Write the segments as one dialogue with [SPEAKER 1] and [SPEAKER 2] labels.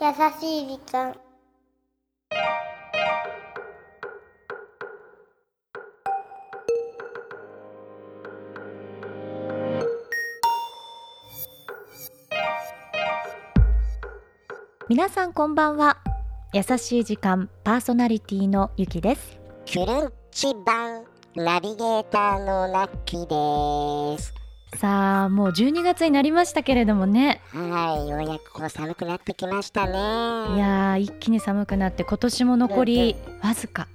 [SPEAKER 1] 優しい時間
[SPEAKER 2] 皆さんこんばんは優しい時間パーソナリティのゆきです
[SPEAKER 3] フレンチ版ナビゲーターのラッキーです。
[SPEAKER 2] さあもう12月になりましたけれどもね
[SPEAKER 3] はい、ようやくこう寒くなってきましたね。
[SPEAKER 2] いやー一気に寒くなって今年も残りわずか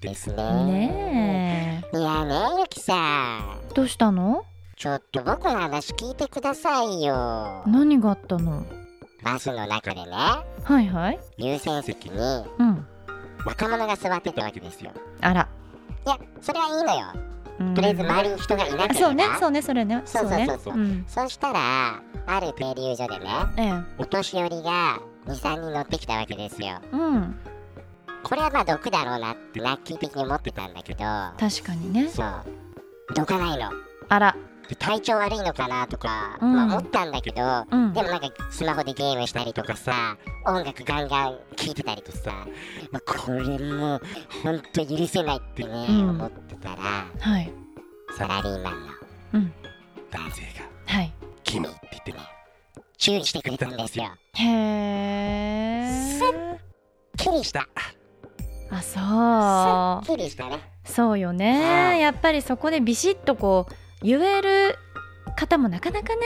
[SPEAKER 3] ですね。
[SPEAKER 2] ね
[SPEAKER 3] いやね、ゆきさん。
[SPEAKER 2] えどうしたの
[SPEAKER 3] ちょっと僕の話聞いてくださいよ。
[SPEAKER 2] 何があったの
[SPEAKER 3] バスの中でね、
[SPEAKER 2] はいはい
[SPEAKER 3] 優先席に
[SPEAKER 2] うん
[SPEAKER 3] 若者が座ってたわけですよ。
[SPEAKER 2] あら
[SPEAKER 3] いや、それはいいのよ。
[SPEAKER 2] うん
[SPEAKER 3] とりあえず周りに人がいなければ。
[SPEAKER 2] そうねそうねそれね
[SPEAKER 3] そうそう
[SPEAKER 2] ね
[SPEAKER 3] そうそう
[SPEAKER 2] うん
[SPEAKER 3] そしたら、ある停留所でね、
[SPEAKER 2] ええ
[SPEAKER 3] お年寄りが2、3人乗ってきたわけですよ。
[SPEAKER 2] うん
[SPEAKER 3] これはまあ毒だろうなってラッキー的に思ってたんだけど
[SPEAKER 2] 確かにね
[SPEAKER 3] そうどかないの
[SPEAKER 2] あら
[SPEAKER 3] で体調悪いのかなとか、
[SPEAKER 2] うん
[SPEAKER 3] まあ、思ったんだけど、
[SPEAKER 2] うん
[SPEAKER 3] でもなんかスマホでゲームしたりとかさ音楽ガンガン聴いてたりとさ、まあ、これもうほんと許せないってね、
[SPEAKER 2] うん
[SPEAKER 3] 思ってたら
[SPEAKER 2] はい
[SPEAKER 3] サラリーマンの
[SPEAKER 2] うん
[SPEAKER 3] 男性が
[SPEAKER 2] はい
[SPEAKER 3] 「君」って言ってね注意してくれたんですよ
[SPEAKER 2] へえ
[SPEAKER 3] キリした
[SPEAKER 2] あそう
[SPEAKER 3] キリしたね
[SPEAKER 2] そうよ
[SPEAKER 3] うん
[SPEAKER 2] ねやっぱりそこでビシッとこう言える方もなかなかね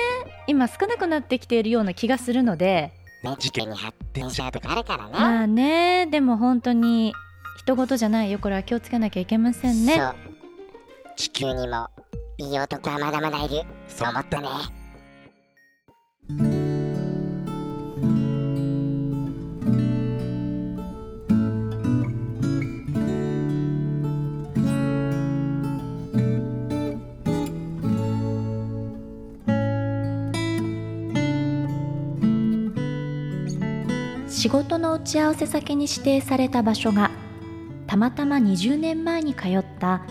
[SPEAKER 2] 今少なくなってきているような気がするので
[SPEAKER 3] ね事件に発展したとかあるからね、
[SPEAKER 2] まあねでも本当に人事じゃないよこれは気をつけなきゃいけません
[SPEAKER 3] そ
[SPEAKER 2] ね
[SPEAKER 3] う地球にもいい男はまだまだいるそう思ったね
[SPEAKER 2] 仕事の打ち合わせ先に指定された場所がたまたま20年前に通った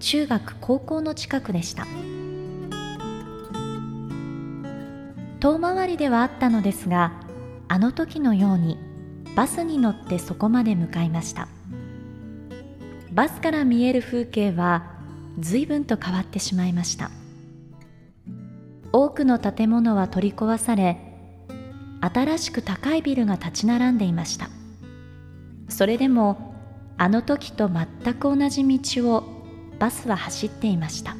[SPEAKER 2] 中学高校の近くでした遠回りではあったのですがあの時のようにバスに乗ってそこまで向かいましたバスから見える風景は随分と変わってしまいました多くの建物は取り壊され新しく高いビルが立ち並んでいましたそれでもあの時と全く同じ道をバスは走っていました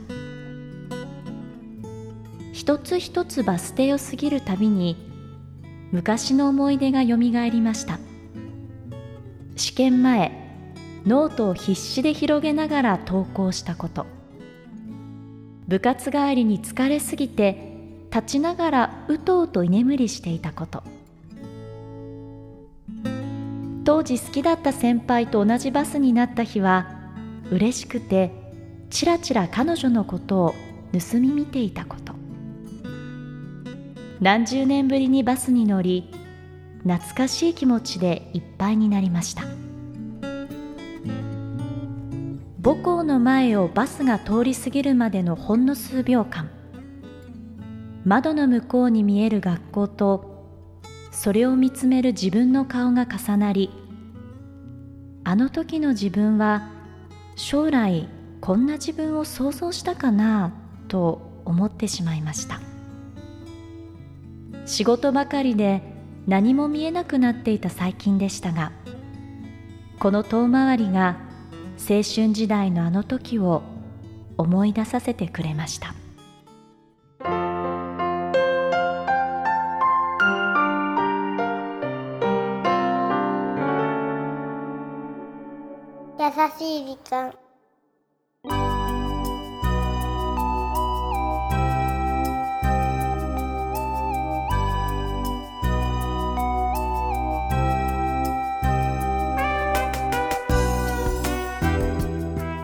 [SPEAKER 2] 一つ一つバス停を過ぎるたびに昔の思い出がよみがえりました試験前ノートを必死で広げながら投稿したこと部活帰りに疲れすぎて立ちながらうとうと居眠りしていたこと当時好きだった先輩と同じバスになった日は嬉しくてちらちら彼女のことを盗み見ていたこと何十年ぶりにバスに乗り懐かしい気持ちでいっぱいになりました母校の前をバスが通り過ぎるまでのほんの数秒間窓の向こうに見える学校とそれを見つめる自分の顔が重なりあの時の自分は将来こんな自分を想像したかなと思ってしまいました仕事ばかりで何も見えなくなっていた最近でしたがこの遠回りが青春時代のあの時を思い出させてくれました
[SPEAKER 1] 優しい時間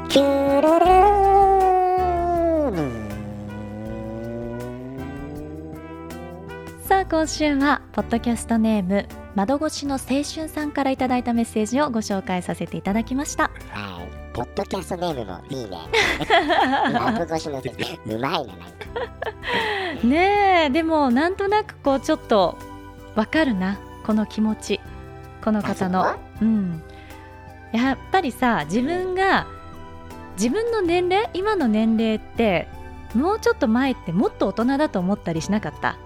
[SPEAKER 3] キュルル
[SPEAKER 2] さあ今週はポッドキャストネーム窓越しの青春さんからいただいたメッセージをご紹介させていただきま した
[SPEAKER 3] はいポッドキャストネームもいいねラブ越しの うまいねなんか
[SPEAKER 2] ねえでもなんとなくこうちょっとわかるなこの気持ちこの方の
[SPEAKER 3] あ
[SPEAKER 2] うんやっぱりさ自分が自分の年齢今の年齢ってもうちょっと前ってもっと大人だと思ったりしなかった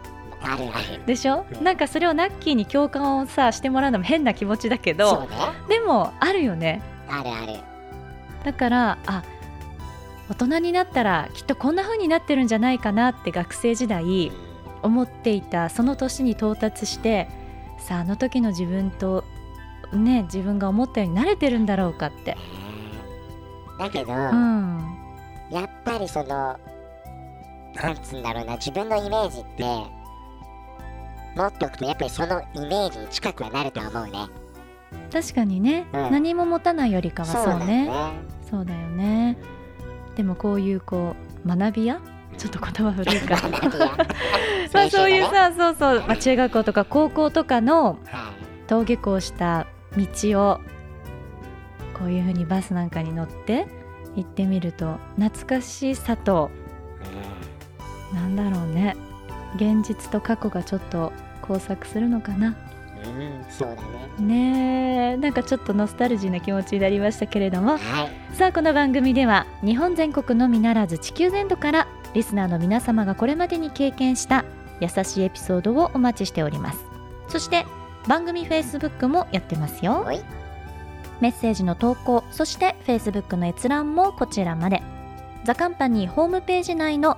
[SPEAKER 3] あるある
[SPEAKER 2] でしょ
[SPEAKER 3] うん
[SPEAKER 2] なんかそれをナッキーに共感をさしてもらうのも変な気持ちだけ
[SPEAKER 3] そ
[SPEAKER 2] ど
[SPEAKER 3] うね
[SPEAKER 2] でもあるよね
[SPEAKER 3] あるある
[SPEAKER 2] だからあ大人になったらきっとこんな風になってるんじゃないかなって学生時代思っていたその年に到達してさああの時の自分とね自分が思ったように慣れてるんだろうかって。
[SPEAKER 3] うんだけど、
[SPEAKER 2] うん
[SPEAKER 3] やっぱりそのなんつうんだろうな自分のイメージって持っておくとやっぱりそのイメージに近くはなると思うね
[SPEAKER 2] 確かにね、
[SPEAKER 3] うん
[SPEAKER 2] 何も持たないよりかはそう
[SPEAKER 3] だ
[SPEAKER 2] ね
[SPEAKER 3] ね
[SPEAKER 2] そうだよねでもこういうこう学び屋ちょっと言葉古いか
[SPEAKER 3] 学び屋
[SPEAKER 2] まあそういう
[SPEAKER 3] 青春だね
[SPEAKER 2] さそうそう、まあ、中学校とか高校とかの
[SPEAKER 3] はい
[SPEAKER 2] 登下校した道をこういうふうにバスなんかに乗って行ってみると懐かしさとなんだろうね現実と過去がちょっと交錯するのかな
[SPEAKER 3] うん、うんそうだ
[SPEAKER 2] ね
[SPEAKER 3] ね
[SPEAKER 2] えなんかちょっとノスタルジーな気持ちになりましたけれども
[SPEAKER 3] はい
[SPEAKER 2] さあこの番組では日本全国のみならず地球全土からリスナーの皆様がこれまでに経験した優しいエピソードをお待ちしておりますそして番組 Facebook もやってますよ
[SPEAKER 3] おい
[SPEAKER 2] メッセージの投稿そして Facebook の閲覧もこちらまでザカンパニーホームページ内の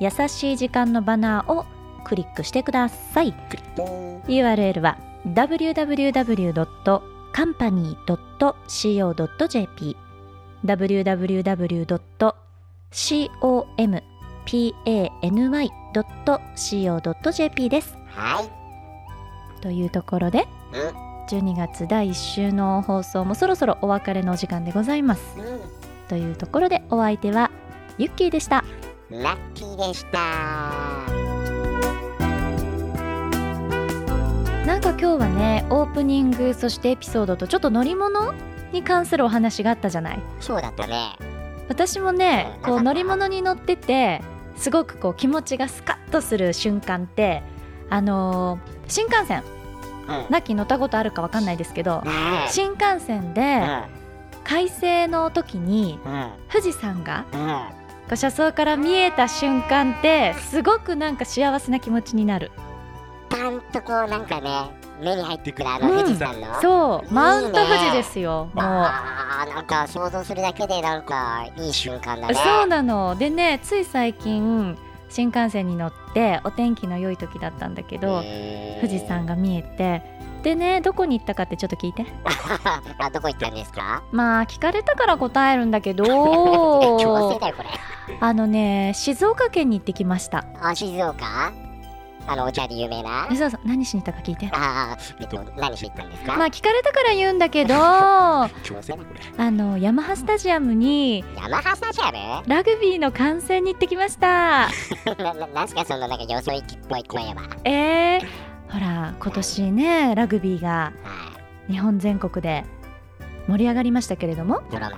[SPEAKER 2] 優しい時間のバナーをクリックしてください
[SPEAKER 3] クリップ
[SPEAKER 2] URL は www.company.co.jp www.company.co.jp です
[SPEAKER 3] はい
[SPEAKER 2] というところで
[SPEAKER 3] う
[SPEAKER 2] 12月第1週の放送もそろそろお別れのお時間でございます
[SPEAKER 3] ん
[SPEAKER 2] というところでお相手はユッキーでした
[SPEAKER 3] うんラッキーでした
[SPEAKER 2] なんか今日はねオープニングそしてエピソードとちょっと乗り物に関するお話があったじゃない
[SPEAKER 3] そうだったね
[SPEAKER 2] 私もね
[SPEAKER 3] うん
[SPEAKER 2] こう
[SPEAKER 3] な
[SPEAKER 2] ん
[SPEAKER 3] か
[SPEAKER 2] 乗り物に乗っててすごくこう気持ちがスカッとする瞬間ってあのー新幹線
[SPEAKER 3] うん
[SPEAKER 2] なき乗ったことあるかわかんないですけど
[SPEAKER 3] ない
[SPEAKER 2] 新幹線で快晴の時に
[SPEAKER 3] うんうん
[SPEAKER 2] 富士山が
[SPEAKER 3] うん
[SPEAKER 2] こう車窓から見えた瞬間ってすごくなんか幸せな気持ちになる
[SPEAKER 3] パンとこうなんかね目に入ってくるあの富士山の、
[SPEAKER 2] そうマウント富士ですよもう
[SPEAKER 3] あーなんか想像するだけでなんかいい瞬間だね
[SPEAKER 2] そうなのでねつい最近新幹線に乗ってお天気の良い時だったんだけど
[SPEAKER 3] へー
[SPEAKER 2] 富士山が見えてでねどこに行ったかってちょっと聞いて
[SPEAKER 3] あどこ行ったんですか
[SPEAKER 2] まあ聞かれたから答えるんだけ
[SPEAKER 3] え強制
[SPEAKER 2] ど
[SPEAKER 3] だよこれ
[SPEAKER 2] あのね静岡県に行ってきました
[SPEAKER 3] あ静岡あのお茶で有名な
[SPEAKER 2] えそうそう何しに行ったか聞いて
[SPEAKER 3] あーえっと何しに行ったんですか、
[SPEAKER 2] まあ聞かれたから言うんだ けどあ
[SPEAKER 3] 強制だこれ
[SPEAKER 2] のヤマハスタジアムに
[SPEAKER 3] ヤマハスタジアム
[SPEAKER 2] ラグビーの観戦に行ってきました
[SPEAKER 3] なななんすかそのなんかよそ行きっぽい声ははい
[SPEAKER 2] えー、ほら今年ねラグビーが日本全国で盛り上がりましたけれども
[SPEAKER 3] ゴロマル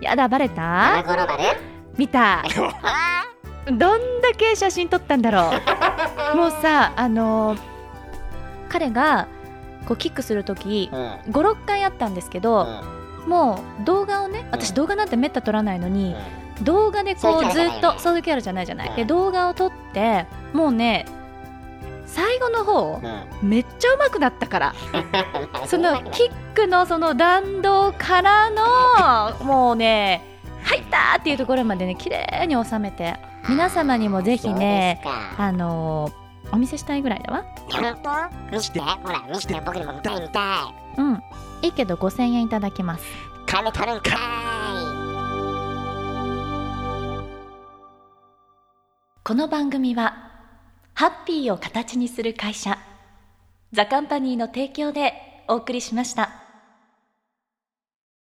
[SPEAKER 2] やだバレ
[SPEAKER 3] あ
[SPEAKER 2] た
[SPEAKER 3] ゴロマル
[SPEAKER 2] 見た
[SPEAKER 3] あ
[SPEAKER 2] どんだけ写真撮ったんだろ うもうさあのー彼がこうキックする時
[SPEAKER 3] ーうん
[SPEAKER 2] 56回あったんですけ
[SPEAKER 3] う
[SPEAKER 2] ど、
[SPEAKER 3] ん
[SPEAKER 2] もう動画をね私
[SPEAKER 3] うん
[SPEAKER 2] 動画なんてめった撮らないの
[SPEAKER 3] うん
[SPEAKER 2] に、動画でこ
[SPEAKER 3] そういう
[SPEAKER 2] う
[SPEAKER 3] キャラ
[SPEAKER 2] ず
[SPEAKER 3] じゃない
[SPEAKER 2] っとそういうキャラじゃないじゃない、
[SPEAKER 3] うん
[SPEAKER 2] で動画を撮ってもうね最後の方
[SPEAKER 3] う、ん
[SPEAKER 2] めっちゃ上手くなったからそ のキ
[SPEAKER 3] ッ
[SPEAKER 2] ックのその弾道からのもうね入ったーっていうところまでね綺麗に収めて皆様にもぜひねあのーお見せしたいぐらいだわ
[SPEAKER 3] 本当見してほら見して僕にも見たい見たい
[SPEAKER 2] うんいいけど5000円いただきます
[SPEAKER 3] 金取るんかーい
[SPEAKER 2] この番組はハッピーを形にする会社ザカンパニーの提供でお送りしました。